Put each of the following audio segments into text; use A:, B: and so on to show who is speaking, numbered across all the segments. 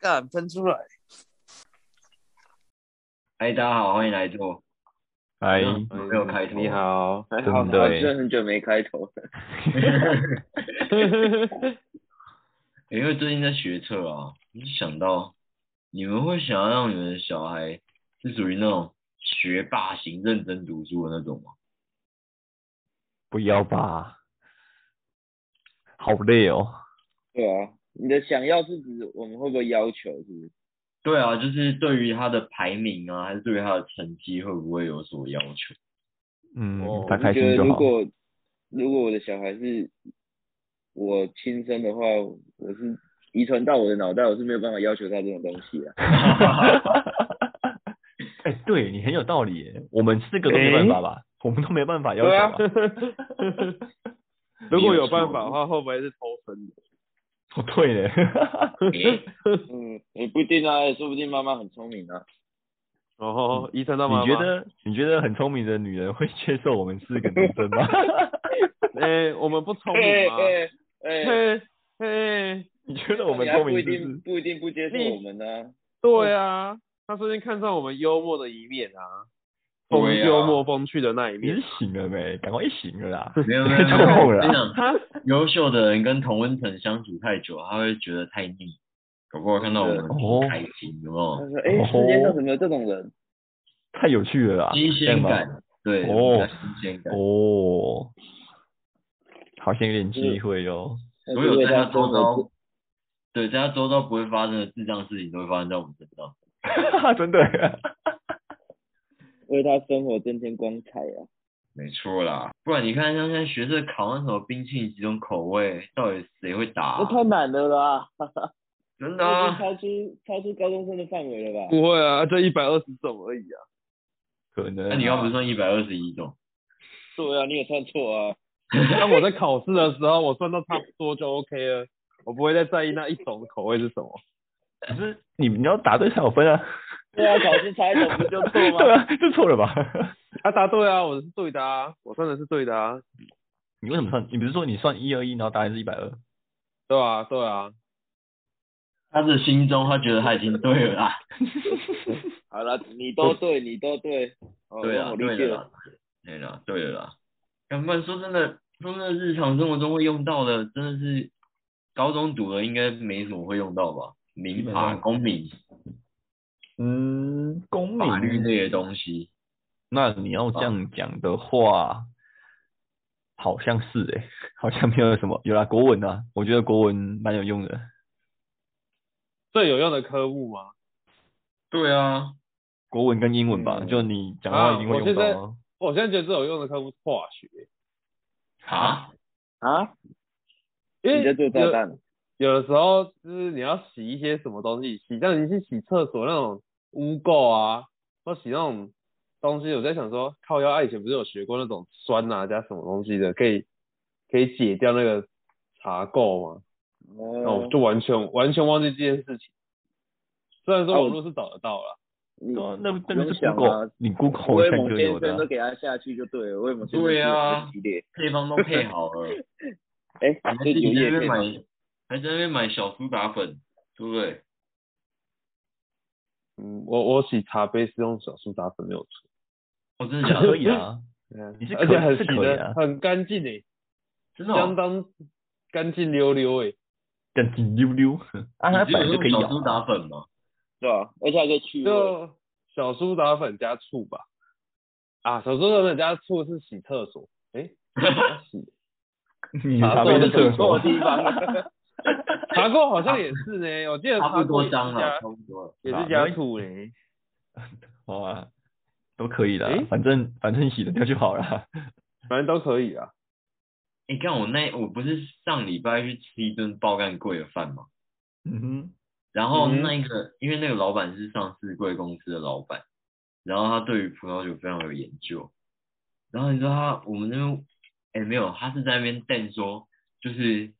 A: 干喷出 来，
B: 嗨，哎大家好，欢迎来做。嗯
C: 哎，
D: 嗯
B: 没有开头
E: 你好，
D: 哎，好，
C: 真
D: 好
C: 的
D: 真的很久没开头 了。
B: 因为最近在学测啊，我就想到你们会想要让你们的小孩是属于那种学霸型、认真读书的那种吗？
C: 不要吧，好累哦。
D: 对啊，你的想要是指我们会不会要求，是不是？
B: 对啊，就是对于他的排名啊，还是对于他的成绩会不会有所要求？
C: 嗯
E: 哦，
C: 他
D: 我
C: 开
D: 觉
C: 心
D: 得
C: 就
D: 如
C: 好。
D: 果如果我的小孩是我亲生的话，我是遗传到我的脑袋，我是没有办法要求他这种东西 啊。
C: 哎，对你很有道理耶，我们四个都没办法吧？我们都没办法要
D: 对啊
C: 求啊。
E: 如果有办法的话，会不会是偷分的？
C: 哦，对 嘞，
B: 诶
D: 嗯，也不一定啊，说不定妈妈很聪明啊。
E: 哦，遗传到妈妈。
C: 你觉？得你觉得很聪明的女人会接受我们四个女生 吗？
E: 哎，我们不聪明
D: 哎
E: 吗？
D: 哎哎，
E: 嘿，嘿，
C: 你觉得我们
D: 人家
C: 聪
D: 不
C: 明
D: 一
C: 是
D: 定
C: 不是？
D: 不一定不接受
E: 你
D: 我们呢。
E: 对啊，他最近看上我们幽默的一面啊，风
B: 对啊
E: 幽默风趣的那一
C: 你
E: 面
C: 是。 醒了没？赶快醒了啦！
B: 没有没 有没有，
C: 太痛
B: 我
C: 了啊
B: 跟你讲，
E: 他
B: 优秀的人跟同温层相处太久，他会觉得太腻。搞不好看到我们
C: 哦
B: 很开心，有没
D: 他
B: 有？
D: 说，哎，世界上怎么有这种人？
C: 太有趣了啦，
B: 新
C: 这样
B: 鲜
C: 吗
B: 感，对，
C: 哦
B: 比较新鲜感。
C: 哦，好像有点机会 哦。
B: 所有在他周遭，对，在他周遭不会发生的智障事情，都会发生在我们身上。
C: 真的，
D: 为他生活增添光彩啊！
B: 没错啦，不然你看像现在学生考那什么冰淇淋几种口味，到底谁会
C: 啊
B: 打、
D: 这太难了啦，
B: 真的、
D: 这已经
B: 啊，
D: 超出超出高中生的范围了吧？
E: 不会啊，就一百二十种而已啊。
C: 可能啊。
B: 那你刚不是算一百二十一种？
D: 对啊，你也算错啊。
E: 当我在考试的时候，我算到差不多就 OK 了，我不会再在意那一种口味是什么。
C: 可是你你要答对才有分啊。
D: 对啊，考试差一种不就错
C: 对
D: 吗？
C: 啊，就错了吧？
E: 啊，答对啊，我是对的啊，我算的是对的啊，
C: 你为什么算？你不是说你算一二一，然后答案是一百二？
E: 对啊，对啊，
B: 他的心中他觉得他已经对了啦，
D: 好了，你都对，你都对。哦
B: 对啦，
D: 我
B: 对
D: 理解
B: 了。啦，对了，对了啦。要不然说真的，说真的，日常生活中会用到的，真的是高中读的应该没什么会用到吧？
C: 基
B: 民
C: 本
B: 法、
C: 上
B: 公民、
C: 嗯，公
B: 法律
C: 民。
B: 类的东西。
C: 那你要这样讲的话，好像是诶、 好像没有什么。有啦，国文啊，我觉得国文蛮有用的。
E: 最有用的科目吗？
B: 对啊，
C: 国文跟英文吧，就你讲话一定会用到嗯啊。
E: 我现在觉得最有用的科目是化学，
B: 啊，
D: 啊？
E: 因为
D: 你在做炸弹？
E: 有有的时候就是你要洗一些什么东西，洗像你去洗厕所那种污垢啊，或洗那种东西，我在想说，靠腰，啊以前不是有学过那种酸啊加什么东西的，可以可以解掉那个茶垢吗？那我
D: 哦，
E: 就完全完全忘记这件事情。虽然说
D: 啊
E: 网络是找得到啦，
D: 你
C: 对啊，那
D: 不
C: 真的
D: 用
C: 是
D: 想啊
C: Google，、你 Google
D: 威
C: 一下
D: 猛
C: 就
D: 先
C: 有
D: 生
C: 的
D: 都
C: 啊。
D: 给他下去就对了，威猛先生
B: 对啊
D: 系列。
B: 配方都配好 了，
D: 哎，
B: 还自
D: 这
B: 己
D: 有
B: 在那
D: 叶
B: 边
D: 片吗？
B: 买，还在那边买小苏打粉，对不对？
E: 嗯，我我洗茶杯是用小苏打粉没有错，
B: 哦，真的假
C: 可
B: 的？
C: 以 啊，
E: 嗯
C: 你是
E: 而
C: 可以
E: 且很
C: 是
E: 洗
C: 可以啊
E: 的很干净欸诶，
B: 真的、
E: 相
B: 哦？
E: 当干净溜溜欸诶。
C: 干净溜溜。啊，它
B: 你只
C: 本来
B: 有
C: 就可以
B: 用小
C: 咬
B: 苏
C: 啊。
B: 打粉 吗？
D: 对啊，而且还可以去哦味。
E: 就小苏打粉加醋吧。啊，小苏打粉加醋是洗厕所，诶，洗
C: 你的茶杯是啊厕所
D: 的。地 方。
E: 茶垢好像也是呢，
C: 啊
E: 我记得
B: 差
E: 茶
B: 不
E: 垢也
B: 多
E: 是
B: 张了，
E: 加
B: 差不多了。
E: 也
C: 吧
E: 是加醋嘞。
C: 好啊，都可以的啊
E: 诶，
C: 反正反正洗得掉就好了。
E: 反正都可以啊。
B: 你、看我那我不是上礼拜去吃一顿爆干贵的饭嘛，
C: 嗯哼，
B: 然后
E: 嗯
B: 那个、因为那个老板是上市贵公司的老板，然后他对于葡萄酒非常有研究，然后你知道他我们那边哎没有，他是在那边瞪说，就是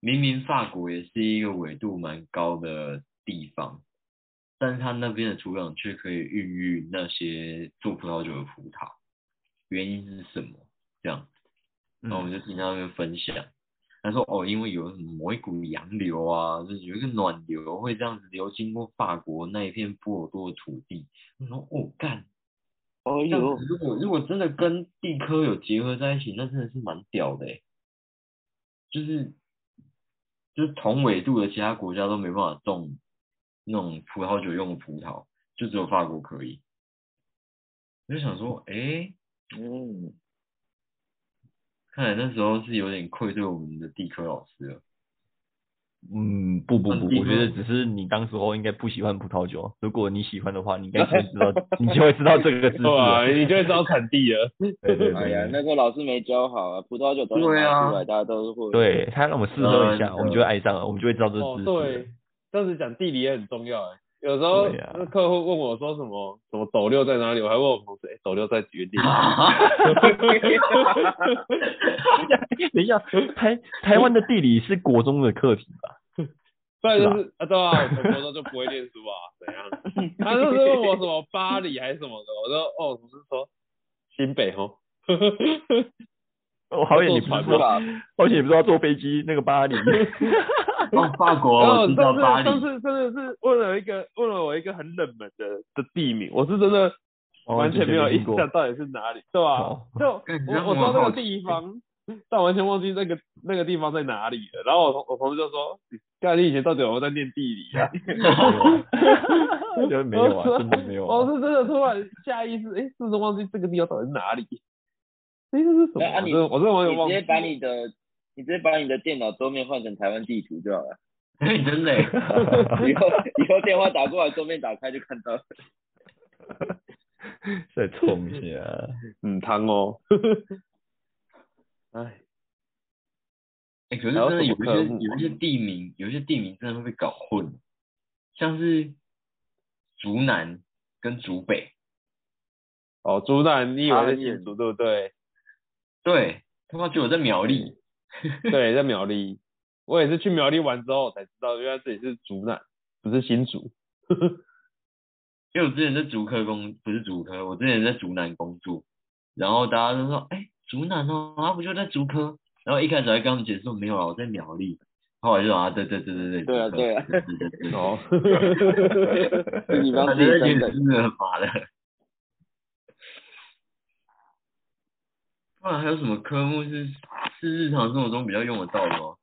B: 明明法国也是一个纬度蛮高的地方，但是他那边的土壤却可以孕育那些做葡萄酒的葡
C: 嗯
E: 哦
B: 萄，原因是什么？这样，那我们就听他们分享，他说哦，因为有什么某一股洋流啊，就是有一个暖流会这样子流经过法国那一片波尔多的土地。我说哦干，
D: 哦
B: 这样
D: 呦
B: 子，如果如果真的跟地科有结合在一起，那真的是蛮屌的欸就是就是同纬度的其他国家都没办法种那种葡萄酒用的葡萄，就只有法国可以。我就想说，哎、
D: 嗯，
B: 看来那时候是有点愧对我们的地科老师了。
C: 嗯，不不不，
B: 嗯
C: 我觉得只是你当时候应该不喜欢葡萄酒，如果你喜欢的话，你应该就会 知道，你就会知道这个知识
E: 对啊，
C: 了。
E: 你就会知道产地了。
C: 对对
D: 哎呀，
C: 对，
D: 那时候老师没教好啊，葡萄酒早点
B: 对啊
D: 拿出来，大家都是会。
C: 对他让我们试喝一下，
B: 嗯
C: 我们就会爱上了，我们就会知道这
E: 哦
C: 个，知识了
E: 对。，当时讲地理也很重要哎。有时候
C: 对啊
E: 那客户问我说什么什么斗六在哪里，我还问我同事，哎、斗六在原地。
C: 等一下，台台湾的地理是国中的课题吧？
E: 不然就是啊，对啊，我国中就不会念书啊，怎样？他就是问我什么巴黎还是什么的，我说哦，不是说新北哦吼，
C: 我好险你不
E: 坐船
C: 是
D: 是
C: 说，
D: 吧？
C: 好险你不知道坐飞机那个巴 黎。
B: 哦，法国，
E: 然后
B: 我知
E: 上
B: 道
E: 次
B: 巴黎
E: 上。次真的是问了一个问了我一个很冷门的的地名，我是真的
C: 哦
E: 完全没有印
C: 听过
E: 象到底是哪里，对吧、
C: 好
E: 就
B: 干你
E: 我
B: 让
E: 我
B: 我
E: 知道那
B: 好
E: 个地方，但完全忘记那个那个地方在哪里了。然后我同我同事就说：“你干你以前到底有没有在念地理啊
C: 就？”没有啊，真的没有
E: 我
C: 啊。
E: 是真的突然下意识，哎、是不是忘记这个地方到底是哪里？哎、这是什么？
D: 那
E: 我
D: 啊你
E: 真的我真的完
D: 你
E: 全忘
D: 直
E: 记了。
D: 接把你的，你直接把你的电脑桌面换成台湾地图就好了。
B: 哎、真的欸，
D: 以后以后电话打过来，桌面打开就看到了。
C: 再冲一下，
E: 嗯汤 哦。哎，
B: 哎、可是
E: 还有
B: 真的
E: 什
B: 有
E: 么
B: 一
E: 科
B: 些
E: 目
B: 有一些地名，有一些地名真的会被搞混，像是竹南跟竹北，
E: 哦，朱丹，你以为
D: 阿
E: 在
D: 燕
E: 新竹对不对？
B: 对，他妈就我在苗栗，
E: 对，在苗栗，我也是去苗栗玩之后我才知道，原来这里是竹南，不是新 竹。
B: 因为我之前在竹科工，不是竹科，我之前在竹南工作，然后大家都说，哎、竹南哦，他不就在竹科？然后一开始还跟他们解释说没有啊，我在苗栗，后来就啊，对对对对对，
D: 对啊
B: 竹科
D: 对啊
B: 对对对对，
E: 哦，
D: 自己帮
B: 他
D: 自己
B: 在解
D: 整
B: 释
D: 整。
B: 了，妈的。不然还有什么科目是是日常生活中比较用得到的吗？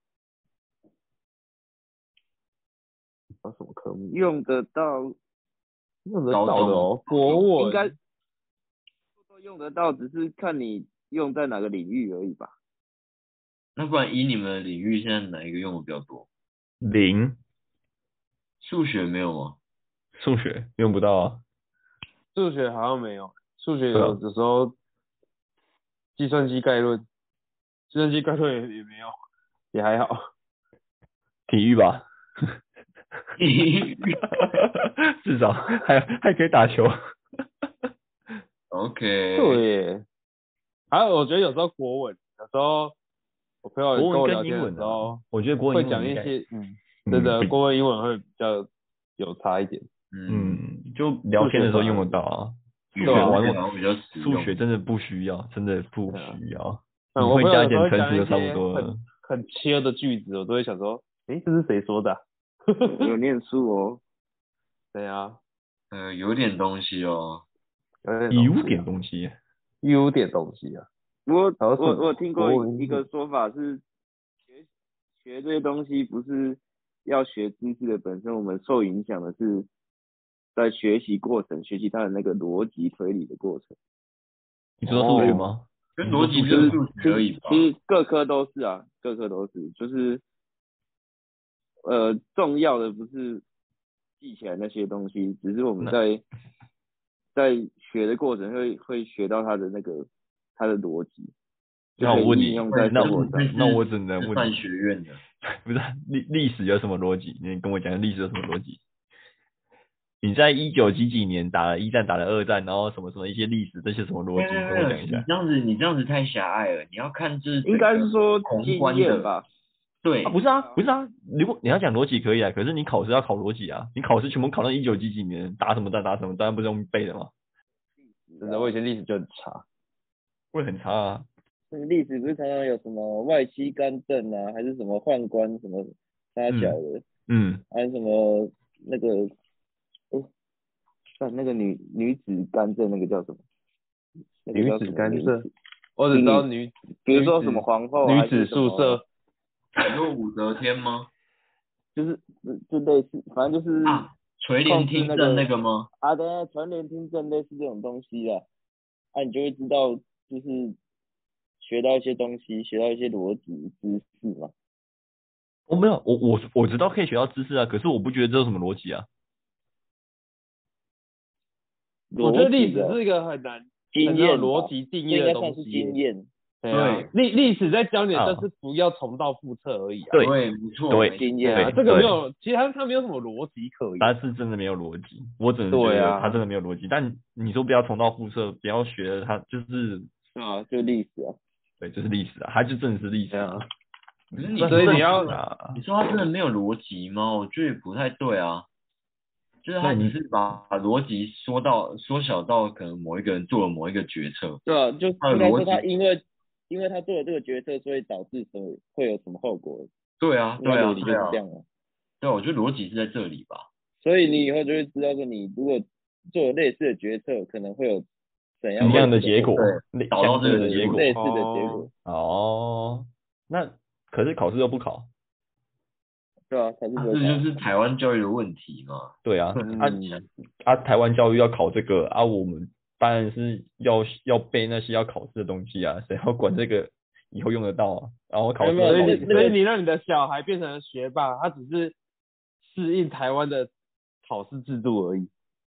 E: 有 什么科目？
D: 用得到，
E: 用得
B: 高
E: 到的
B: 中
E: 哦，国文
D: 应该都用得到，只是看你用在哪个领域而已吧。
B: 那不然以你们的领域，现在哪一个用的比较多？
C: 零
B: 数学没有吗？
C: 数学用不到啊。
E: 数学好像没有，数学
C: 对啊
E: 有的时候计算机概论，计算机概论也也没有，也还好。
C: 体育 吧，至少还还可以打球。
B: OK，，
E: 对耶，还有我觉得有时候国文，有时候我朋友
C: 国
E: 跟我
C: 文
E: 聊
C: 跟
E: 天
C: 英
E: 的
C: 文
E: 时候
C: 啊，，我觉得国文
E: 会
C: 英文
E: 讲一
C: 应该
E: 些嗯，
C: 嗯
E: 真的
C: 比
E: 国文英文会比较有差一点。
B: 嗯，
C: 嗯，就聊天的时候用得到啊。数
B: 语
C: 学
B: 文
E: 啊
B: 好
C: 玩
B: 像比较实
C: 数
B: 用。
C: 学真的不需要，真的不
E: 对啊
C: 需要。
E: 嗯，
C: 你
E: 我
C: 会
E: 朋友
C: 加
E: 有
C: 减
E: 时候讲
C: 乘除
E: 一
C: 就差不
E: 些
C: 多
E: 很
C: 了
E: 很切的句子，我都会想说，诶，这是谁说的啊、
D: 有念书哦，
E: 对啊，
B: 呃，有点东西哦。
E: 有点啊
C: 有点东西，
E: 有点东西啊。
D: 我
E: 还有什么
D: 我我听过
E: 国文
D: 一个说法是，学学这些东西不是要学知识的本身，我们受影响的是在学习过程，学习它的那个逻辑推理的过程。
C: 你知道数学
E: 哦
C: 吗？
B: 跟
C: 嗯
B: 逻辑
C: 数
B: 就是
C: 学
B: 数学而
D: 其
B: 已
D: 实
B: 吧。
D: 其实各科都是啊，各科都是，就是呃重要的不是记起来那些东西，只是我们
C: 那
D: 在在学的过程会会学到它的那个它的逻辑。就
C: 那
D: 可以
C: 我问
D: 应
C: 你
D: 用，在
C: 那
D: 生
C: 我
D: 活上
C: 那我只能
B: 是
C: 问
B: 办
C: 你
B: 学，院的，
C: 不是历历史有什么逻辑？你跟我讲历史有什么逻辑？你在一九几几年打了一战，打了二战，然后什么什么一些历史，这些什么逻
B: 没
C: 辑？
B: 有没有没有，
C: 跟我讲一
B: 你
C: 下。
E: 嗯
B: 这样子你这样子太狭隘了，你要看就是
D: 应该是说
B: 宏
D: 经
B: 观的
D: 验吧，
B: 对
C: 啊，不是啊，不是啊，如果你要讲逻辑可以啊，可是你考试要考逻辑啊，你考试全部考到一九几几年，打什么战打什么战，不是用背的吗？嗯
E: 真的，我以前历史就很差。
C: 会很差啊。
D: 那个历史不是常常有什么外戚干政啊，还是什么宦官什么杀小的，
C: 嗯，
D: 还有什么那个，哎、看那个女女子干政那个叫什么？那个
E: 女
D: 叫
E: 子
D: 什么
E: 干
D: 名
E: 政
D: 字，
E: 我只知
C: 嗯
E: 道女
D: 比如
E: 女
D: 说
E: 子
D: 什么皇后、啊，
E: 女子宿舍，
B: 你说武则天吗？
D: 就是就就类似，反正就是
B: 啊，垂帘听政那个吗？
D: 啊，等下传联听证类似这种东西啊，啊，你就会知道，就是学到一些东西，学到一些逻辑知识嘛。
C: 我没有，我我我知道可以学到知识啊，可是我不觉得这有什么逻辑啊。
E: 我觉得
D: 逻
E: 历
D: 辑
E: 史
D: 的
E: 是一个很难
D: 经
E: 很难有
D: 验
E: 逻
D: 吧，
E: 辑定
D: 这
E: 义
D: 应
E: 的
D: 该算
E: 东
D: 是
E: 西。
D: 经验，
E: 对啊
B: 对，
E: 历历史在教你
C: 啊
E: 的就是不要重蹈覆辙而已啊。
C: 对
B: 对，没错，没
C: 对
B: 错
D: 经
E: 对
D: 验
E: 啊，
D: 啊，
E: 这个
C: 对
E: 没有，其实它它没有什么逻辑可言。
C: 他是真的没有逻辑，我只能觉
E: 对
C: 得
E: 啊
C: 他真的没有逻辑。但你说不要重蹈覆辙，不要学他，就是
D: 对啊，就历史啊，
C: 对，就是历史啊，他就真的是历史
E: 对啊，
B: 可是你
C: 这
E: 所以
B: 说
E: 你要
B: 他
C: 啊，
B: 你说他真的没有逻辑吗？我觉得也不太对啊，就是
C: 那
B: 他
C: 你
B: 只是把把逻辑缩到缩小到可能某一个人做了某一个决策，
D: 对啊，就
B: 它有
D: 应该
B: 逻
D: 说他
B: 辑
D: 因为因为他做了这个决策，所以导致什么会有什么后果，
B: 对啊，对
D: 那
B: 啊，
D: 逻辑就是
B: 对啊
D: 这，样啊。
B: 对啊，我觉得逻辑是在这里吧。
D: 所以你以后就会知道说，你如果做类似的决策，可能会有怎
C: 什
D: 样
C: 么样的结果，类
B: 导到
C: 相似
B: 这
C: 的
B: 个
C: 结
B: 结
C: 果
B: 果
D: 类似的结
E: 哦
D: 果，
C: 哦。那可是考试又不考，
D: 对啊，才是
B: 啊
D: 这
B: 这就是台湾教育的问题嘛。
C: 对啊，啊
E: 嗯，
C: 啊，台湾教育要考这个啊，我们当然是要要背那些要考试的东西啊，谁要管这个以后用得到啊？然后考试
D: 没有
C: 要
D: 没
C: 考
D: 有
E: 所
D: 那
E: 以你所以
C: 试
D: 那个
E: 你让你的小孩变成了学霸，他只是适应台湾的考试制度而已，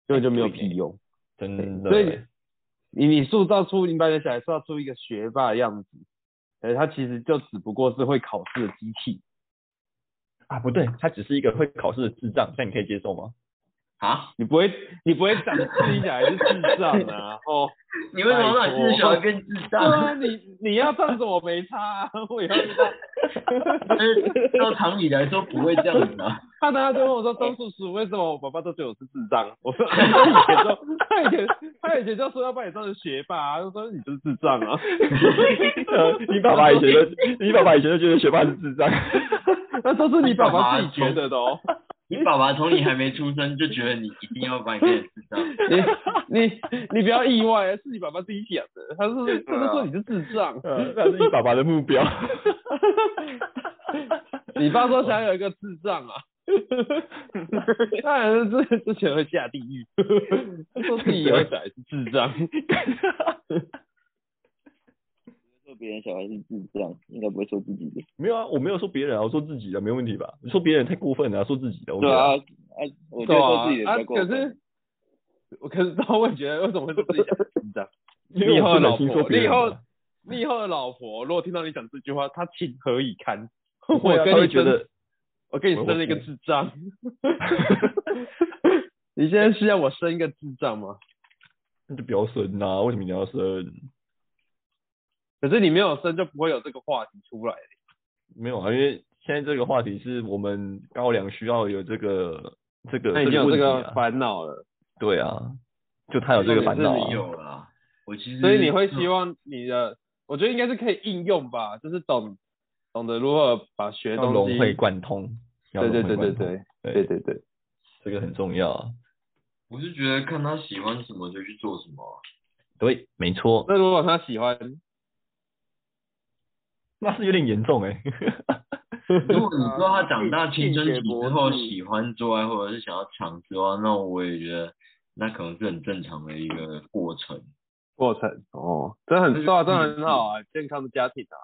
E: 根本就没有屁用。
C: 真的欸
E: 所以你你塑造出你把你的小孩塑造出一个学霸的样子，呃，他其实就只不过是会考试的机器。
C: 啊，不对，他只是一个会考试的智障，这样你可以接受吗？
B: 啊？
E: 你不会，你不会长自己小孩是智障啊！哦，
B: 你为什么让你自己小孩变智
E: 对啊，
B: 障？
E: 你你要这样子我没差、啊，我以后遇到
B: 就是照常理来说不会这样子啊。
E: 他等下就问我说：“张叔叔，为什么我爸爸都觉得我是智障？”我说：“他以前就他以前他以前就说要把你当成学霸、啊，他就说你就是智障啊。
C: 你爸爸以前就，你爸爸以前就觉得学霸是智障，
E: 那都是你爸爸自己觉得的哦。
B: 你爸爸从你还没出生就觉得你一定要把你变成智障，
E: 你你你不要意外，啊是你爸爸自己讲的。他是他就说你是智障。
C: 呃那是你爸爸的目标。
E: 你爸说想有一个智障 啊，当然是这之前会下地狱，说自己有一个小孩是智障。
D: 说别人小孩是智障，应该不会说自己的。
C: 没有啊，我没有说别人啊，我说自己的，没问题吧？你说别人太过分了啊，说自己的，我觉
D: 对
C: 得
D: 啊，啊，我觉得说自己的
E: 啊
D: 比较过
E: 可
D: 分。
E: 是我可是到会觉得为什么会说自己讲智障？
C: 因为
E: 你以
C: 我
E: 后
C: 不忍
E: 老
C: 心说
E: 婆
C: 别
E: 你以
C: 人啊。
E: 后你以后的老婆如果听到你讲这句话，她情何以堪？
C: 不 会啊
E: 我跟
C: 他会
E: 你
C: 觉
E: 生
C: 得，
E: 我给你生了一个智障， 你现在是要我生一个智障吗？
C: 那就不要生呐、啊为什么你要生？
E: 可是你没有生就不会有这个话题出来。
C: 没有啊，因为现在这个话题是我们高粱需要有这个这个
E: 他已经有这
C: 问题
E: 个
C: 啊，
E: 烦恼了，
C: 对啊，就他有这个烦恼、
B: 你
C: 啊，
B: 有了啊。我其实
E: 所以
C: 嗯
E: 你会希望你的，我觉得应该是可以应用吧，就是懂懂得如何把学
C: 要
E: 东
C: 融
E: 西，
C: 会贯通，要
E: 对对
C: 融会
E: 对对
C: 贯通
E: 对
C: 对
E: 对对对，
C: 这个很重要啊，
B: 我是觉得看他喜欢什么就去做什么 啊、
C: 对，没错，
E: 那如果他喜欢，
C: 那是有点严重哎、
B: 如果你说他长大青春期之后
D: 性
B: 喜欢做爱或者是想要尝试的话，那我也觉得那可能是很正常的一个过程。
E: 过程哦，这很对啊，这
C: 嗯
E: 很好啊，健康的家庭啊，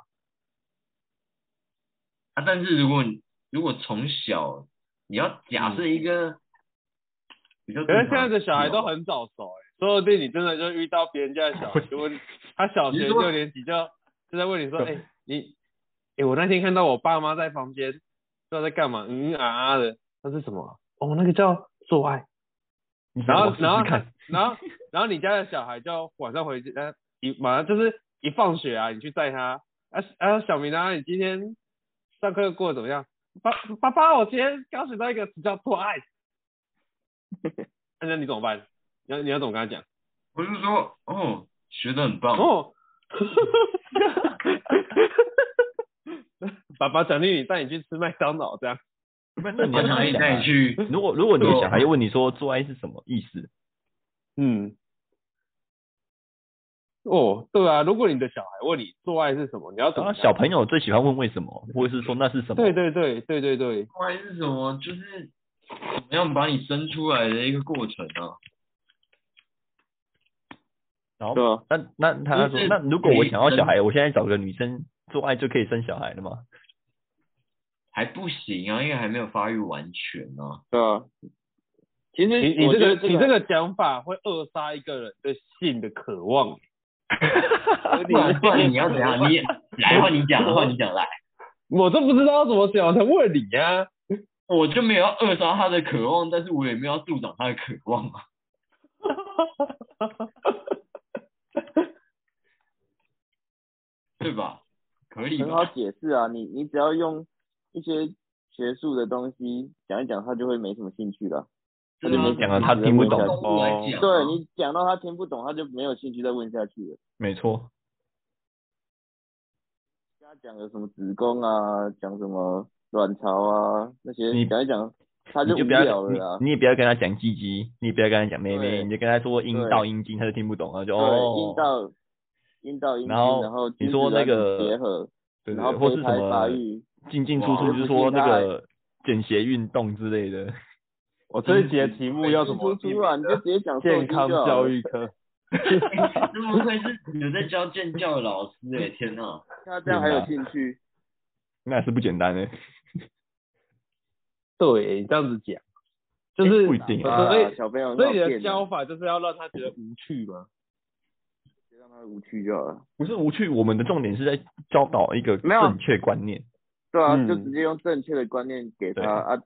B: 啊，但是如果你如果从小你要假设一个比较
E: 嗯
C: 嗯
E: 可是
B: 正常，
E: 现在的小孩都很早熟、欸，说不定你真的就遇到别人家的 小孩，就问他小学
B: 你说
E: 六年级就就在问你说，哎、你，哎、我那天看到我爸妈在房间不知道在干嘛，嗯啊啊的，那是什么啊、哦，那个叫做爱。
C: 你
E: 然后
C: 试
E: 然后
C: 试看，
E: 然后然后你家的小孩就晚上回家，一马上就是一放学啊，你去载他，啊啊小明啊，你今天上课过得怎么样？爸爸爸，我今天刚学到一个词叫做爱，那那你怎么办？你要你要怎么跟他讲？
B: 我就说哦，学的很棒，
E: 哦， 爸爸奖励你，带你去吃麦当劳这样。
C: 那那你
B: 我
C: 要
B: 想
C: 想
B: 一
C: 想
B: 带
C: 啊
B: 你去，
C: 如果如果你的
B: 做
C: 小孩问你说做爱是什么意思，
E: 嗯，哦，对啊，如果你的小孩问你做爱是什么，你要怎
C: 然
E: 么
C: 后
E: 讲？
C: 小朋友最喜欢问为什么，或者是说那是什么？
E: 对对对对对对，
B: 不然是什么？就是怎么样把你生出来的一个过程啊。
C: 然
D: 对
C: 后
D: 啊，
C: 那那他
B: 就
C: 说
B: 是
C: 那如果我
B: 你
C: 想要
B: 生
C: 小孩，我现在找个女生做爱就可以生小孩了吗？
B: 还不行啊，因为还没有发育完全啊。
D: 对啊。其实
E: 你你
D: 我
E: 这
D: 觉
E: 个
D: 得
E: 你这
D: 个
E: 个讲法会扼杀一个人对性的渴望。
D: 合理
B: 不然不 然你要怎样？你来换你讲，换你讲来。
E: 我都不知道怎么讲，才问你啊呀、
B: 我就没有要扼杀他的渴望，但是我也没有要助长他的渴望啊。对吧？可以
D: 很好
B: 吧？
D: 解释啊，你你只要用一些学术的东西讲一讲，他就会没什么兴趣了。
B: 对
D: 就
B: 啊
D: 你讲
C: 了
B: 只
C: 他
B: 是
D: 听不
B: 用
D: 懂
B: 动物来
C: 哦
B: 讲啊
D: 对你讲到他听不懂，他就没有兴趣再问下去了。
C: 没错，
D: 跟他讲有什么子宫啊，讲什么卵巢啊那些
C: 你，
D: 讲一讲他
C: 你
D: 就无
C: 就不要
D: 聊啊了啦。
C: 你你也不要跟他讲鸡鸡，你也不要跟他讲妹妹，
D: 对
C: 你就跟他说阴
D: 对
C: 道阴茎，他就听不懂了，就
D: 对，
C: 哦
D: 阴，道阴道阴茎，
C: 然后
D: 然后
C: 你
D: 精
C: 说
D: 子
C: 那
D: 卵子
C: 个
D: 结合，
C: 对
D: 然
C: 对，
D: 后
C: 或
D: 胚
C: 是什
D: 胎发
C: 么
D: 育，
C: 进进出出，
B: 哇
C: 就是说那个减鞋运动之类的。
E: 我这一节题目要怎么
D: 突
E: 避
D: 出啊，
E: 免
D: 你就
E: 呢
D: 直？接讲受
E: 健
D: 精
E: 康
D: 就好
E: 教
D: 了，
E: 育课，
B: 这不愧是有在教建教的老师哎、天哪！
D: 他这样还有
C: 明白
D: 兴趣。
C: 那也是不简单的，
E: 对，这样子讲，就是
C: 不一定
E: 所
C: 啊
D: 啊
E: 以
D: 小朋友很
E: 所以
D: 好
E: 你的
D: 骗啊
E: 教法就是要让他觉得无趣嘛。
D: 就让他无趣就好了。
C: 不是无趣。我们的重点是在教导一个
D: 没有啊
C: 正确观念。
D: 对啊，
E: 嗯
D: 就直接用正确的观念给他
C: 对
D: 啊，他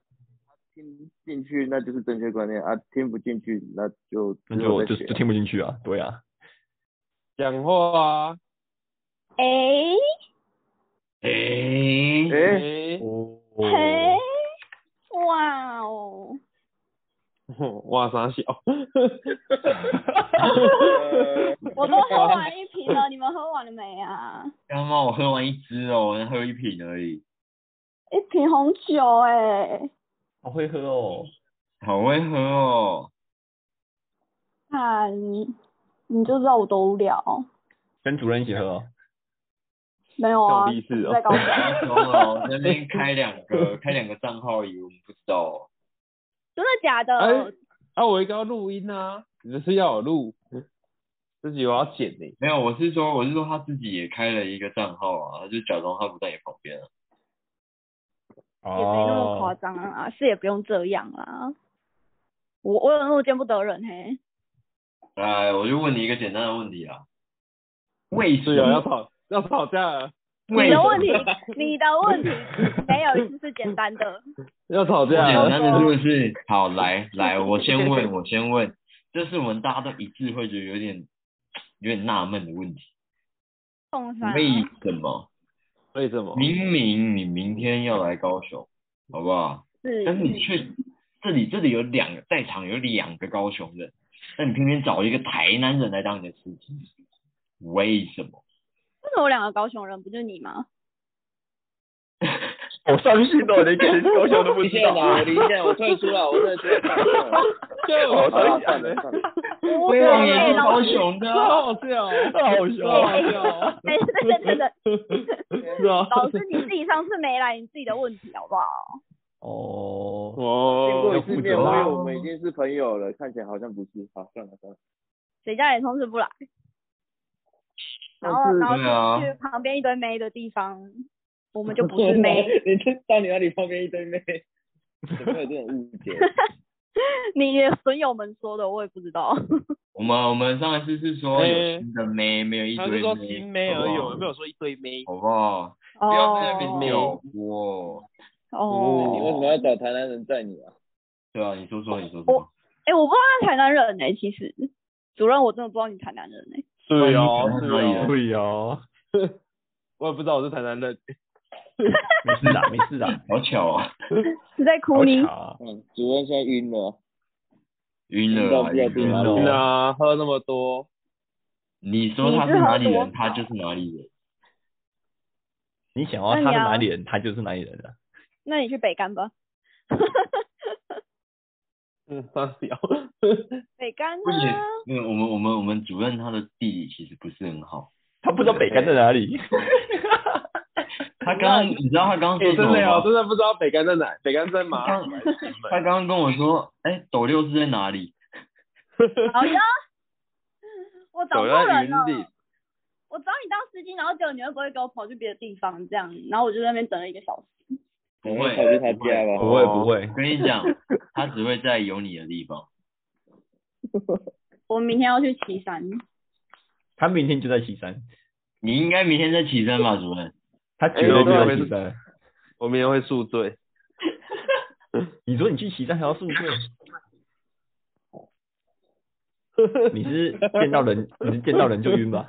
D: 听进去那就是正确观念啊，听不进去那就
C: 那
D: 之后
C: 就就
D: 再学
C: 就听不进去啊，对啊，
E: 讲话啊，
A: 哎
B: 哎、
D: 哎
E: 诶
C: 哦，
A: 嘿，哇哦，
E: 哇傻小，
D: 呃
A: 我都喝
E: 啊
A: 完一瓶 了，你们喝完了没啊？
B: 刚刚我喝完一支哦，我才喝一瓶而已，
A: 一瓶红酒哎、
C: 好会喝哦。
B: 好会喝哦。
A: 看你就知道我多无聊。
C: 跟主任一起喝哦，
A: 没有啊，
E: 关我屁事哦
A: 在搞 什么？
B: 太凶了，我在那边开两个，开两个账号而已，我们不知道哦。
A: 真的假 的？
E: 哎啊，我应该要录音啊，你就是要有录， 自己我要剪呢、
B: 没有，我是说，我是说他自己也开了一个账号啊，他就假装他不在你旁边啊。
A: 也没那么夸
C: 哦，
A: 张啊，是也不用这样啦。我我有那么见不得人嘿，
B: 来，哎我就问你一个简单的问题啊，为什
E: 是啊，要
B: 么？
E: 吵要吵架了，
A: 你
B: 为什
A: 的
B: 么
A: 问题，你的问题没有一次是简单的。
E: 要吵
B: 不
E: 架啊
B: 简
E: 了，
B: 单的是不是？好，来 来，我先问，我先问，这是我们大家都一致会觉得有点有点纳闷的问题，
A: 送啥？
B: 为什么？
E: 为什么？
B: 明明你明天要来高雄，好不好？但是
A: 是
B: 你去这里，这里有两个在场有两个高雄人，那你偏偏找一个台南人来当你的司机，为什么？
A: 为什么有两个高雄人，不就你吗？
C: 好伤心哦，连跟高雄都不
D: 离
C: 知
D: 线
C: 道。
D: 啦，我离线，我退出了，我退出了。
E: 就
C: 好
E: 我
D: 好
E: 好
C: 伤
D: 了，
C: 心
D: 算了算了，
A: 我
B: 为
A: 也
B: 什
A: 老
B: 么你是高
A: 师，
B: 雄的啊？
E: 好笑，
C: 好笑哦
E: 好笑，
A: 哎，对对对对，
E: 是啊，
A: 老师你自己上次没来，你自己的问题好不好？
C: 哦，
D: 经过一
E: 哦，
D: 次面，我以
C: 啊
D: 为我们已经是朋友了，看起来好像不是。好，算了算了。
A: 谁叫你同事不来？然后
D: 但是
A: 然
B: 对啊
A: 后去旁边一堆妹的地方，我们就不是 妹。
D: 你去到你那里旁边一堆妹， 有没有这种误解？
A: 你的损友们说的，我也不知道。
B: 我们我们上一次是说
E: 哎
B: 有新的妹，没有一
E: 他
B: 堆
E: 是说新妹而已，
B: 好不好
E: 我们没有说一堆妹。
B: 好不好？哦不要在那边挑拨。
D: 你为什么
A: 哦哦，
D: 要找台南人载你啊？
B: 对啊，你说说，你说
A: 我
B: 说。
A: 哎、我不知道他台南人呢、其实主任我真的不知道你台南人欸呢、
E: 对哦，
B: 那你
E: 对
B: 可能可以
E: 哦，
B: 了
C: 对哦，
E: 我也不知道我是台南人，
C: 没事的，没事的，
B: 好巧啊，
A: 是在哭
C: 好
A: 你
C: 巧？啊。
D: 嗯，主任现在晕了，
B: 晕了啊，
D: 运动不
B: 晕
D: 要
B: 了
C: 动
B: 啊。
C: 哦
E: 那喝那么多，
B: 你说他是哪里人，他就是哪里人。
C: 你想要
A: 那你
C: 他是
A: 要
C: 哪里人，他就是哪里人啊。
A: 那你去北干吧。
E: 嗯，发 表，
A: 北干
B: 不也
A: 啊，
B: 没有，我们我们我们主任他的地理其实不是很好。
C: 他不知道北干在哪里。
B: 他刚刚你知道他刚刚说
E: 哎，
B: 什
E: 真
B: 么
E: 的哦，
B: 吗？
E: 真的不知道北干在哪，北干在马
B: 他
E: 来
B: 他刚刚跟我说，哎，斗六是在哪里？
A: 好哎呀，我找
E: 走
A: 错
E: 在
A: 人
E: 云
A: 了。
E: 顶，
A: 我找你当司机，然后结果你会不会给我跑去别的地方这样？然后我就在那边等了一个小时。
B: 不会，
D: 跑
E: 嗯
D: 去他
B: 不会
D: 家吧？
C: 不会不会
B: 我，跟你讲，他只会在有你的地方。
A: 我明天要去岐山，
C: 他明天就在西山，
B: 你应该明天再起身吧，主任。
C: 他绝对就啊
E: 哎
C: 在
E: 对
C: 西山。
E: 我明天会宿醉。
C: 你说你去西山还要宿醉？ 你是见到人，你是见到人就晕 吧？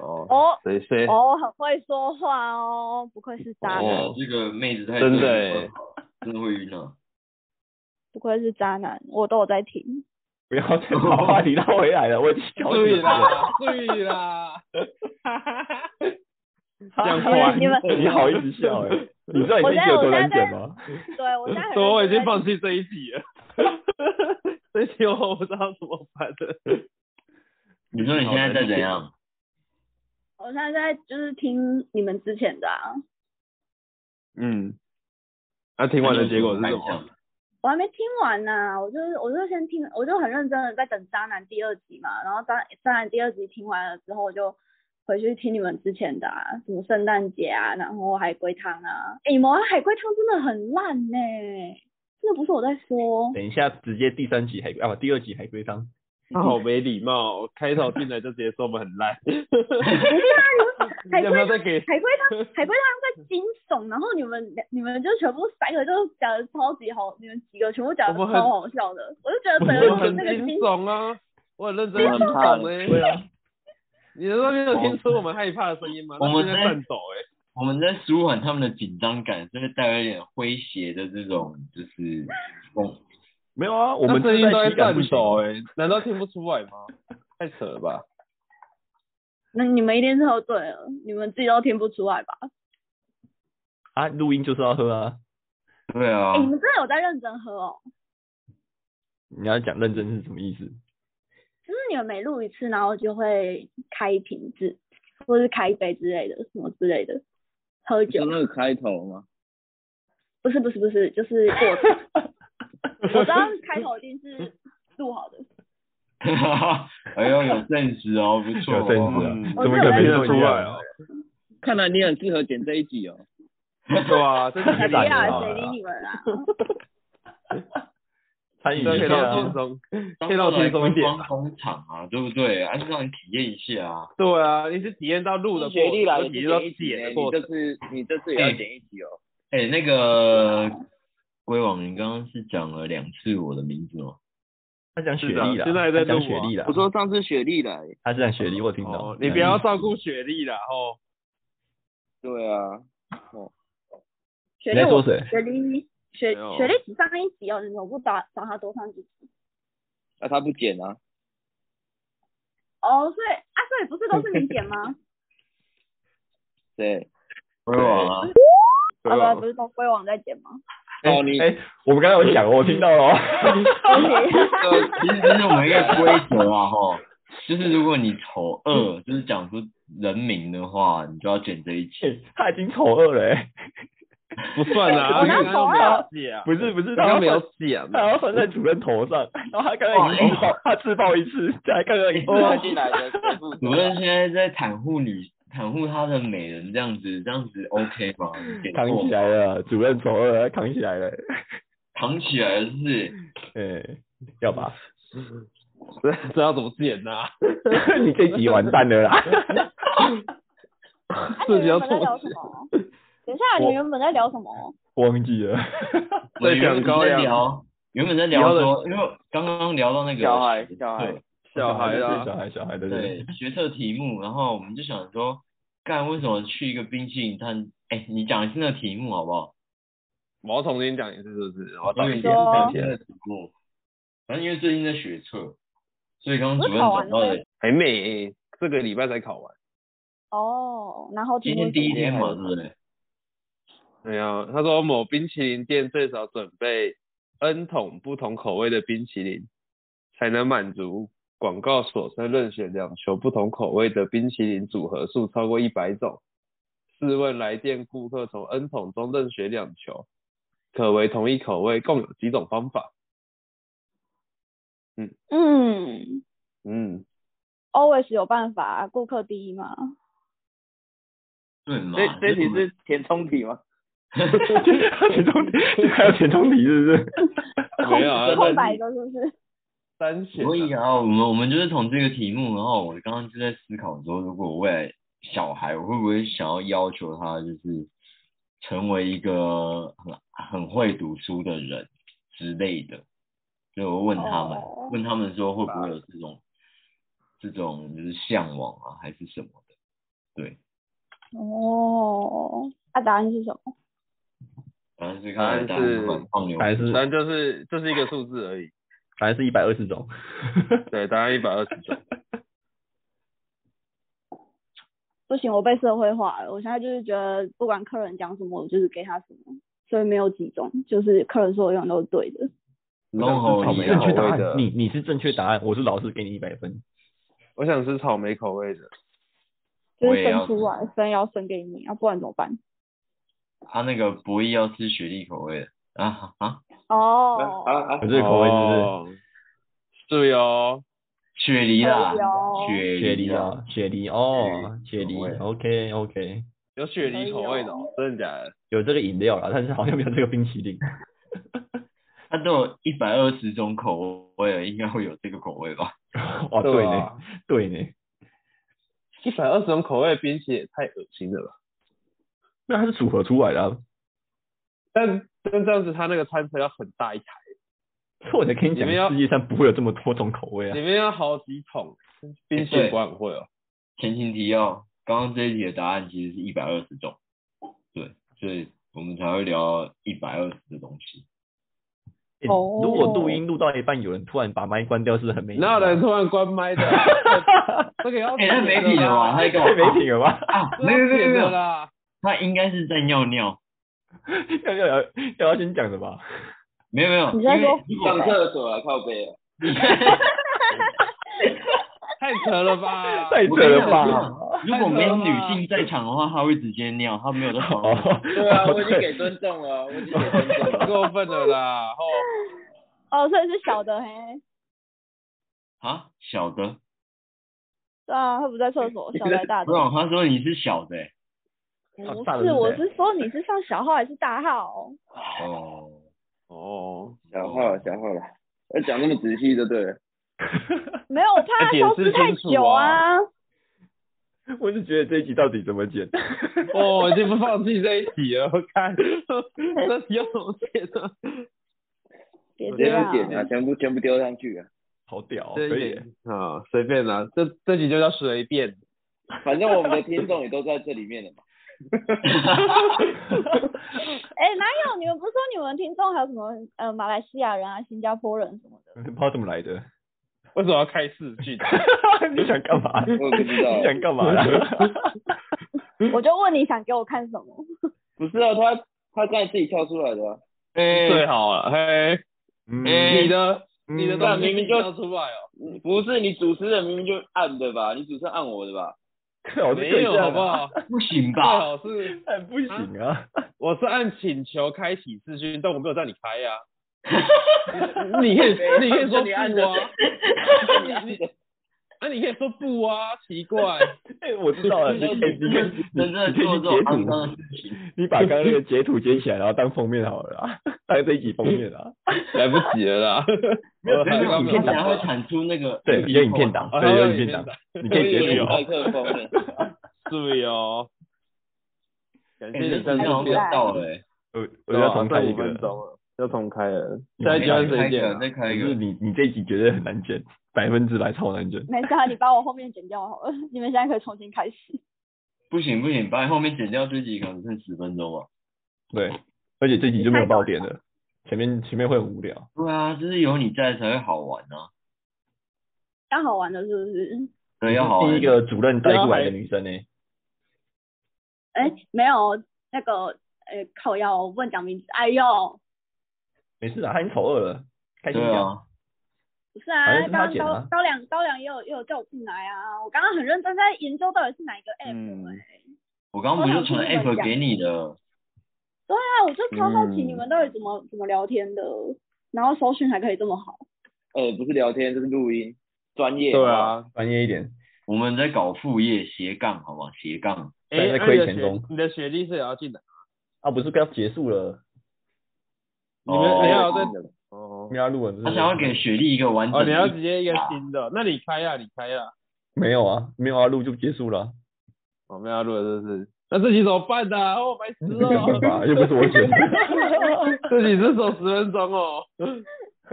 E: 哦，
A: 哦
E: 谁谁
A: 哦，很会说话哦，不愧是渣男，
B: 哦，这个妹子太
E: 真的
B: 对了
E: 欸
B: 真的会晕啊。
A: 不愧是渣男，我都有在听。
C: 不要再把话题拉回来了，我已经想
E: 注意
C: 了。
E: 啦，注意啦，
C: 讲
A: 你们你们
C: 你好意思笑哎、你知道你
A: 我
C: 这一
A: 现
C: 集有
A: 在
C: 多难
A: 我现在
C: 剪
A: 在
C: 吗？
A: 对我现在很认
E: 所以我已
A: 真
E: 经
A: 在
E: 放弃这一集了，这一集我不知道怎么办了。
B: 你说你现在在怎样？
A: 我现在在就是听你们之前的啊，
E: 嗯，
C: 啊
E: 那、听完的结果是什么？？
A: 我还没听完呢、我就是我就先听，我就很认真的在等《渣男》第二集嘛，然后渣《渣男》第二集听完了之后，我就回去听你们之前的啊，什么圣诞节啊，然后海龟汤啊，哎、你们玩海龟汤真的很烂呢、真的不是我在说，
C: 等一下，直接第三集海龟啊，不第二集海龟汤。
E: 他好没礼貌、哦，开头进来就直接说我们很烂。
A: 海
E: 要不要
A: 龟
E: 再给？
A: 海龟汤海龟汤在惊悚，然后你们你们就全部三个就讲的超级好，你们几个全部讲的
E: 我们很
A: 超好笑的，我就觉得整
E: 我
A: 个
E: 很
A: 那个
E: 惊
A: 惊
E: 悚啊，我很认真
D: 我
E: 很
D: 很怕
E: 惊悚
C: 对
E: 欸。
C: 啊，
E: 你那边有听出我们害怕的声音吗？
B: 我们
E: 他现在颤抖哎、
B: 我们在舒缓他们的紧张感，甚至带有一点诙谐的这种，就是哦风。
C: 没有啊，我们
E: 他声音都
C: 在
E: 在
C: 体感不
E: 颤
C: 行。
E: 抖哎、难道听不出来吗？太扯了吧！
A: 那你们一定是喝醉了，你们自己都听不出来吧？
C: 啊，录音就是要喝啊，
B: 对
E: 哦
B: 啊
A: 哎、，你们真的有在认真喝哦，
C: 你要讲认真是什么意思？
A: 就是你们每录一次，然后就会开一瓶子，或是开一杯之类的，什么之类的，喝酒
D: 就那个开头吗？
A: 不是不是不是，就是过程。 我刚刚开头一定是录好 的，
B: 哎呦，有证实哦，
E: 嗯
B: 不错、哦，
C: 有政治啊，
A: 我
C: 怎么
A: 是有
C: 可能说一
A: 在听得
E: 出
C: 样
E: 来哦？
D: 看来你很适合剪这一集哦。
E: 对啊， 这是
A: 谁理
C: 懒得
A: 啊
C: 好
A: 谁
C: 了
A: 理你们啊？
C: 参与
E: 这
C: 一
E: 可以
C: 下
E: 让我轻
C: 啊，
E: 松，
B: 当
E: 可以让我
B: 做来
E: 轻松一点
B: 观。光工厂啊，对不对？还是让你体验一下啊。
E: 对啊，你是体验到路的过
D: 学历来
E: 程，体
D: 也是
E: 验到
D: 剪一集
E: 解
D: 呢，
E: 的
D: 你
E: 过
D: 这
E: 程。
D: 次你这次也要剪一集哦。
B: 哎、那个龟王，你刚刚是讲了两次我的名字哦吗？
C: 他讲雪
E: 是的
C: 莉啦，
E: 现在还在
C: 他讲
E: 录啊
C: 雪莉啦，
D: 我说上次雪莉来，
C: 他是讲雪莉，我听到嗯
E: 哦，。你不要照顾学历啦，哦，
D: 对啊，
A: 学
C: 你
A: 历
C: 在说
A: 我
C: 谁？
A: 学历学
E: 没有啊
A: 学历只上一集哦，你们不找找他多上几集？
D: 那、他不剪啊？
A: 哦，所以啊，所以不是都是你剪 吗？啊
D: 对，
B: 龟王啊，
E: 对吧
A: 啊不不是都龟王在剪 吗？
D: 哦你
C: 哎，我们刚才有讲，我听到了哦。
B: 其实其实我们一个规则 啊，吼，就是如果你丑恶，就是讲出人名的话，你就要剪这一期。
C: 欸他已经丑恶了欸，
E: 哎不算啦，
A: 我哪
E: 刚
A: 有
E: 刚没有解啊，
C: 不是不是，
E: 刚
C: 他要
E: 刚没有
C: 算，
E: 解啊，
C: 他要算在主任头上，然后他刚才已经自爆，他自爆一次，再刚刚一次，
D: 他进来的谁负责
B: 主任现在在袒护女，袒护她的美人，这样子，这样子 OK 吗？剪
C: 扛
B: 错
C: 起，来了，主任丑恶了，扛起来了，
B: 扛起来了是不是，
C: 哎，要吧？
E: 这这要怎么解呐？
C: 你这集完蛋了啦！
E: 这集要怎么解？
A: 啊，你们 原本在聊什么？等一下，
C: 我
A: 你原本在聊什么？
C: 忘记了，
B: 我
E: 在
B: 原
E: 讲
B: 本
E: 高
B: 在
E: 粱
B: 聊，原本在
E: 以
B: 聊
E: 后的
B: 说，因为刚刚聊到那个
D: 小孩小孩，
E: 小孩啊啦，
C: 啦， 小孩，啊小孩的人，
B: 对学测题目，然后我们就想说，干为什么去一个冰淇淋摊？哎，你讲一次那个题目好不好？
E: 我要重新讲一次，是不是？我
B: 因为你
A: 说
B: 讲一次那个题目，哦反正因为最近在学测，所以刚刚主任
E: 哎
B: 找到
A: 不是考完了
B: 了
A: 吗
E: 还没，这个礼拜才考完。
A: 哦，哦，然后
B: 今
A: 听
B: 天第一
A: 说
B: 天嘛，对不对？
E: 没有，他说某冰淇淋店最少准备 N 桶不同口味的冰淇淋，才能满足广告所称任选两球不同口味的冰淇淋组合数超过一百种。试问来电顾客从 N 桶中任选两球，可为同一口味，共有几种方法？
A: 嗯
E: 嗯，
A: ，always 有办法，顾客第一嘛。
B: 对嘛？
D: 这这题
B: 就是
D: 填充题吗？
C: 填充题，这还有填充题是不是？
E: 没有啊，
A: 空
E: 但
A: 白
E: 是
A: 的是不是？
E: 单选啊、
B: 所以啊，我们我们就是从这个题目，然后我刚刚就在思考说，如果我未来小孩，我会不会想要要求他就是成为一个很很会读书的人之类的？所以我问他们
A: 哦
B: 问他们说会不会有这种这种就是向往啊，还是什么的？对，
A: 哦，啊，答案是什么？
B: 反正是看来
E: 答
B: 大
E: 案
B: 家
E: 是
B: 蛮放牛
C: 答案是
E: 但就是这、就是一个数字而已。
C: 反正是一百二十种。
E: 对，答案一百二十种。
A: 不行，我被社会化了。我现在就是觉得，不管客人讲什么，我就是给他什么，所以没有几种，就是客人说的永远都是对的。
B: 龙喉
E: 草
B: 一
E: 莓
C: 正
B: 样
C: 确答
E: 口味的
C: 案，你你是正确答案，我是老师给你一百分。
E: 我想吃草莓口味的。
A: 就
B: 我
A: 是
B: 也要
A: 生出来，生要生给你，啊，不然怎么办？
B: 他那个博弈要吃雪莉口味的啊啊，
A: 哦，
D: 啊啊啊
C: 我！这个口味是
E: 哦对哦，
B: 雪梨啦
A: 可以哦，
C: 不是雪梨
B: 啦，
C: 啊？雪梨哦，雪梨
B: 口味
C: ，OK OK，
E: 有雪梨口味的哦、真的假的？
C: 有这个饮料啦，但是好像没有这个冰淇淋。
B: 它都有一百二十种口味，应该会有这个口味吧？
C: 哇，哦对呢，
E: 啊，
C: 对呢，
E: 一百二十种口味的冰淇淋也太恶心了吧！
C: 那它是组合出来的啊。
E: 但但这样子，它那个餐车要很大一台，
C: 所以我才跟你
E: 你们要
C: 讲，世界上不会有这么多种口味
E: 里
C: 啊。
E: 面要好几桶冰淇淋管委会哦。
B: 前情提要，刚刚这一题的答案其实是一百二十种，对，所以我们才会聊一百二十的东西。
C: 欸
A: 哦
C: 如果录音录到一半，有人突然把麦关掉，是不是很没？
E: 哪有人突然关 麦的？这个要
B: 哎、那没品
E: 剪
B: 了吧？
E: 啦
B: 他在干嘛？
C: 太没品了吧？
B: 啊！
E: 这
B: 没有
E: 要
B: 没有
E: 剪
B: 没
E: 的
B: 有，
E: 啦。
B: 他应该是在尿尿。
C: 要 要要要要先讲的吧？
B: 没有没有，
A: 你在说
B: 因为
D: 上厕所啊，靠背啊。
E: 太扯了吧！
C: 太扯了 吧？
B: 如果没有女性在场的话，他会直接尿，他没有在旁边。
C: 哦，
D: 对啊，我已经
C: 对
D: 给尊重了，我已经给尊重了。
E: 过分了啦！哦，
A: 哦，所以是小的嘿，
B: 啊，小的，
A: 对啊，他不在厕所，小的大
B: 不
A: 的，
B: 有，他说你是小的、欸
A: 不
C: 大的
A: 是，
C: 是
A: 我
C: 谁
A: 是说你是上小号还是大号？
B: 哦，
E: 哦，
D: 小号，啊小号啦，要讲那么仔细就对了。
A: 没有，我怕他
E: 解
A: 消
E: 释
A: 失太
E: 清楚
A: 久
E: 啊
A: 啊。
C: 我是觉得这一集到底怎么剪？
E: 哦，我就不放弃这一题了。我 看这题要怎么解呢？
A: 别
D: 直
A: 这
D: 接
A: 样
D: 不，剪啊，全部全部丢上去啊。
C: 好屌哦，
E: 这
C: 可
E: 一
C: 以
E: 点。啊，随便啦，这这集就叫随便。
D: 反正我们的听众也都在这里面了嘛。
A: 哎、哪有？你们不是说你们听众还有什么呃马来西亚人啊、新加坡人什么的？
C: 不知道怎么来的，
E: 为什么要开视讯？
C: 你想干嘛？
D: 我也不知道
C: 你想干嘛啦？
E: 嗯
A: 我就问你想给我看什么？
D: 不是啊，他他刚才自己跳出来的啊。
B: 哎、
E: 最好了，嘿，
C: 嗯
B: 哎
E: 你的
C: 嗯
E: 你的
D: 那
E: 东西
D: 明明就
E: 要出来哦，
D: 你不是你主持人明明就按的吧？你主持人按我的吧？
C: 靠这
E: 没
C: 对
E: 有
C: 象
E: 好不好？
B: 不行
E: 最
B: 吧？
E: 好是
C: 哎不行啊！
E: 我是按请求开启视讯，但我没有让你开 呀。你可以你可以说
D: 你按
E: 不
D: 的
E: 啊，
D: 你 按的。
E: 那你可以说不啊，奇怪，
C: 哎，我知 道了，你可以你可以
B: 真的
C: 你可以
B: 做这种
C: 去截
B: 肮脏
C: 图
B: 的，事情，
C: 你把刚刚那个截图截起来，然后当封面好了啦，当这一集封面啊啦。
E: 来不及了 啦。没 有
B: 没有，
E: 刚
B: 你
E: 刚
B: 看等下会产出那个
C: 对，有影片档，
E: 啊
C: 对，
E: 还
C: 有
E: 有
C: 影
E: 影
C: 片
E: 片
C: 档
E: 档，
C: 你可以截哦
D: 有
C: 图。
D: 麦克风了。
E: 对哦，感谢
B: 哎，这
E: 你
B: 时
E: 赞
B: 间好
E: 助
B: 像
E: 片。
B: 到了欸，
C: 我我要重开一
E: 分钟
C: 个，
E: 了，要重开了，
C: 你
E: 下
C: 再
E: 一集
C: 没
E: 要谁
B: 嗯再开
C: 开
B: 一
E: 剪
B: 个，
E: 啊？
B: 再开一
C: 就
B: 个
C: 是，你你这一集绝对很难剪，百分之百超难剪。
A: 没事啊，你把我后面剪掉好了。你们现在可以重新开始。
B: 不行不行，把你后面剪掉这集可能剩十分钟啊吧。
C: 对，而且这集就没有爆点了，前面前面会很无聊。
B: 对啊，就是有你在才会好玩啊，
A: 刚好玩的是不是？
B: 对，要好玩。
C: 第一个主任带过来的女生呢，
A: 哎、没有那个，哎、靠要问讲名字，哎呦，
C: 没事的，他已经丑恶了，开心
B: 对
C: 讲。
B: 啊，
A: 不是
C: 反正
E: 哎
A: 啊，
C: 是他
A: 刚刚
C: 剪的
A: 高
C: 啊
A: 高粱高粱也有也有叫我进来啊，我刚刚很认真在研究到底是哪一个 app，、
E: 嗯
A: 哎
B: 我刚刚不是传
A: 我想听你们
B: app 给你的，
A: 对啊，我就超好奇
E: 嗯
A: 你们到底怎么、怎么聊天的，然后搜寻还可以这么好，
D: 呃，不是聊天，这是录音，专业。
E: 对，
B: 哦
E: 啊，
C: 专业一点，
B: 我们在搞副业斜杠，好吗？斜杠，
E: 哎、
C: 在
E: 那
C: 亏
E: 你的
C: 钱
E: 学
C: 中
E: 你的学历是也要进来，
C: 啊，不是刚结束了，
E: 你们没有在
D: 的。
E: 哦
C: 没有要录完，
B: 他想要给雪莉一个完整
E: 哦，你要
B: 的
E: 直接一个新的，哦那你开呀，你开呀，
C: 没有啊，没有要录就结束了啊，
E: 我哦们要录的是不是？那自己怎么办呢、哦，白痴
C: 没有办
E: 哦，
C: 法，又不是我剪的。
E: 自己只走十分钟哦。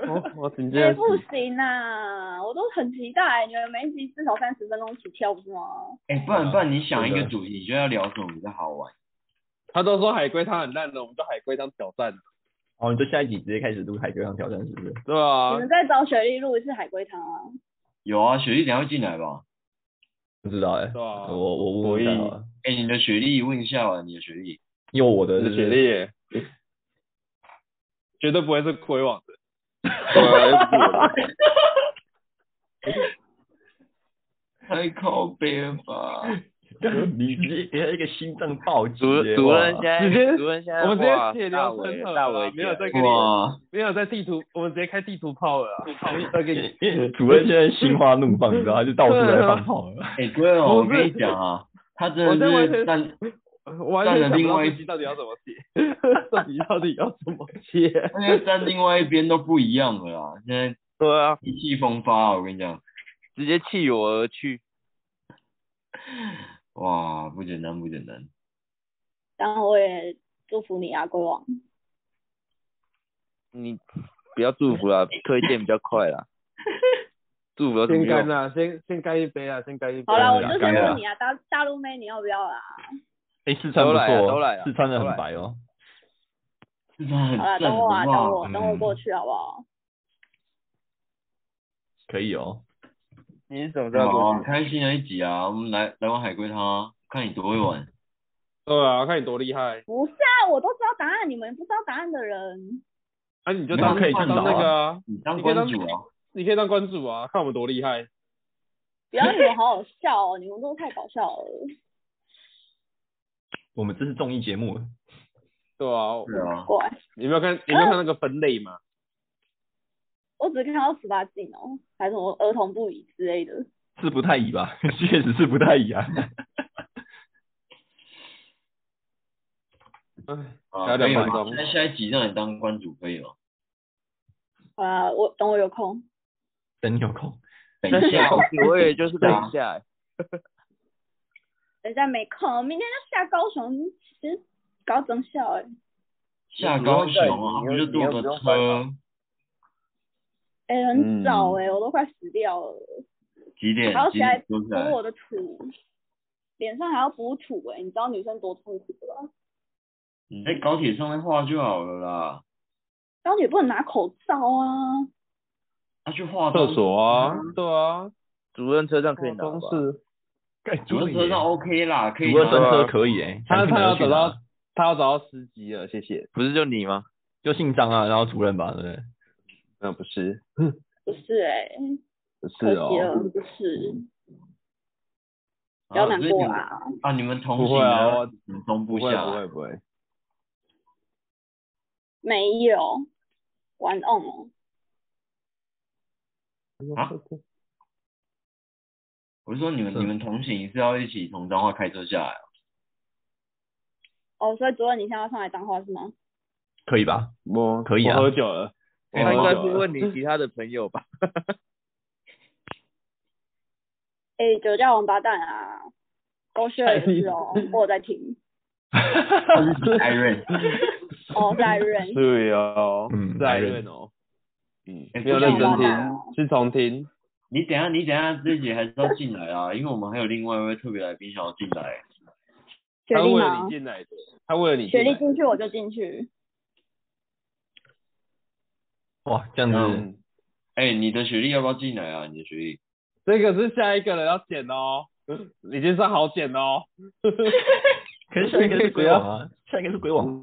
E: 我我 紧
A: 哎、
E: 接着
A: 不行啊，我都很期待，你们每一集至少三十分钟起跳不是吗？
B: 哎、不然不然你想一
C: 对
B: 个
C: 的
B: 主题，你觉得要聊什么比较好玩？
E: 他都说海龟汤很烂了，我们就海龟汤挑战，
C: 哦，你就下一集直接开始录海龟汤挑战是不是？
E: 对啊吧、
A: 你们再找雪莉录一次海龟汤啊，
B: 有啊，雪莉等一下会进来吧？
C: 不知道哎、
E: 对啊
C: 我我问问看好了，
B: 哎、你的雪莉问一下吧，你的雪莉，
C: 因为我的
E: 你的
C: 是
E: 学历 耶绝对不会是亏网的。
D: 对啊，又不是我的。
B: 太靠背了吧？
C: 你直接一个心脏暴击
D: 主
C: 耶，
D: 主
C: 哇
D: 任现在，
E: 直接
D: 主任现在
E: 我们直接
D: 哇
E: 血
D: 大
E: 流
D: 伟
E: 成河
D: 大
E: 了
D: 伟
E: 没有
D: 姐
E: 在跟你
B: 哇，
E: 没有在地图，我们直接开地图炮了、啊。再给你，
C: 因为 主任现在心花怒放，你知道，他就到处在放炮
D: 啊
C: 了。
B: 哎、对哦，我
E: 不
B: 跟
E: 是
B: 你讲啊，他
E: 我
B: 真
E: 在
B: 的
E: 完
B: 是
E: 全
B: 站，
E: 我完全
B: 算
E: 想
B: 了
E: 不
B: 另
E: 到
B: 外
E: 这
B: 一
E: 集到底要怎 么写，这集到底要怎么 写？
B: 那个站另外一边都不一样了啦。现在
D: 对啊，
B: 意气风发啊，我跟你讲，
D: 直接弃我而去。
B: 哇，不简单不简单。
A: 当然我也祝福你啊，龟王。
D: 你不要祝福啦，推荐比较快啦。祝福有什么
E: 先干
D: 用？
E: 啦，先先干一杯啊，先干一杯。
A: 好啦，我
C: 对
A: 就
C: 干
A: 先
C: 了
A: 问你啊，大大陆妹你要不要啊啦？
C: 哎、四川不
D: 都来啊
C: 错
D: 都来
C: 哦
D: 啊，
C: 四川的
D: 都来
C: 很
D: 啊
C: 白哦。
B: 是他嗯很
A: 好啦，
B: 赞，
A: 等
B: 好
A: 我啊，
B: 不
A: 等
B: 好？
A: 我，等我
C: 嗯
A: 过去好不好？
C: 可以哦，
D: 你是怎么知
E: 哦
B: 好
D: 道
B: 啊，
D: 多
B: 很开心的一集啊，我们来来玩海龟汤啊，看你多会玩。
E: 对啊，看你多厉害。
A: 不是啊，我都知道答案，你们不知道答案的人，
E: 啊，你就
B: 没
E: 当
B: 有可以
E: 当
B: 去找
E: 那个啊，
B: 你当
E: 你可以
B: 关
E: 当
B: 主啊，
E: 你可以当关主啊，看我们多厉害。
A: 不要你们好好笑哦，你们都太搞笑了。
C: 我们这是综艺节目，
E: 对啊，
B: 对啊，
A: 怪，
E: 你有没有看？你有没有看那个分类嘛？
A: 我只看到十八禁哦，还是什么儿童不宜之类的。
C: 是不太宜吧？ 确实是不太 宜啊。
E: 哎，还
B: 啊
E: 有两
B: 可以
E: 分
B: 吗？
E: 钟
B: 那下一集让你当关主可以哦吗？
A: 好啦，我等我有空。
C: 等你有空，
B: 等一下 哦，
D: 我也就是 等一
E: 啊
D: 下、欸，
A: 等一下没空，明天就下高雄，其实搞整笑哎、
B: 下高雄啊，我
D: 你
B: 们
D: 又
B: 就坐个
D: 你又不
B: 车，
A: 哎、很早哎、我都快死掉了，
B: 几点
A: 还要？
B: 几
A: 起来
B: 点
A: 补
B: 坐下 来？
A: 我的土，脸上还要补土哎、你知道女生多痛苦吧？
B: 你在哎高铁上面画就好了啦，
A: 高铁不能拿口罩啊，
B: 他去化妆
E: 厕。所啊，对啊，
D: 主任车上可以拿吧
E: 办？公室。
C: 干
B: 主任车上 OK 啦，可以
C: 主任
B: 拿啊
C: 升
B: 到。
C: 车可以哎、
E: 他
C: 想去
E: 他
C: 哪
E: 要
C: 就去
E: 找
C: 哪
E: 到他要找到司机了，谢谢。
D: 不是就你吗？
C: 就姓张啊，然后主任吧，对不对？
E: 那嗯不是，
A: 不是哎、
E: 不是
A: 可惜了，
E: 哦。
A: 不是，
B: 啊
A: 不要难
B: 所以
A: 过
B: 你们
A: 啦。
B: 啊，你们同
E: 不
B: 行
E: 会啊
B: 的
E: 我
B: 你们中
E: 不
B: 部
E: 会啊
B: 下
E: 不
B: 来
E: 会不会，
A: 没有，玩 on 哦，
B: 啊？我是说你们
C: 是
B: 你们同行是要一起从彰化开车下 来哦，
A: 哦，所以主任你现在要上来脏话是吗？
C: 可以吧？
E: 我
C: 可以啊
E: 我喝酒了，我
D: 他应
E: 喝
D: 该
E: 酒
D: 是
E: 了。
D: 问你其他的朋友吧？
A: 哎、酒驾王八蛋啊，狗血也是哦，我有在听，
B: 艾瑞，
A: 哦，在认，
E: 对哦，
C: 嗯
E: 是艾
C: 艾瑞
E: 瑞哦，
D: 嗯，
B: 哎
E: 没有
B: 不是
E: 认真
A: 啊
E: 听，是重听。
B: 你等一下你等一下这集还是要进来啊，因为我们还有另外一位特别来宾想要进来，
A: 决
E: 他
A: 定
E: 为了
A: 吗
E: 你？进来的，他为了你
A: 雪
E: 进
A: 莉
E: 来
A: 进
E: 的。
A: 去我就进去，
C: 哇，这样子
E: 嗯，
B: 哎，你的学历要不要进来啊？你的学历，
E: 这个是下一个人要剪哦，已经算好剪哦。
C: 可是下一个是鬼王啊，下一个是鬼王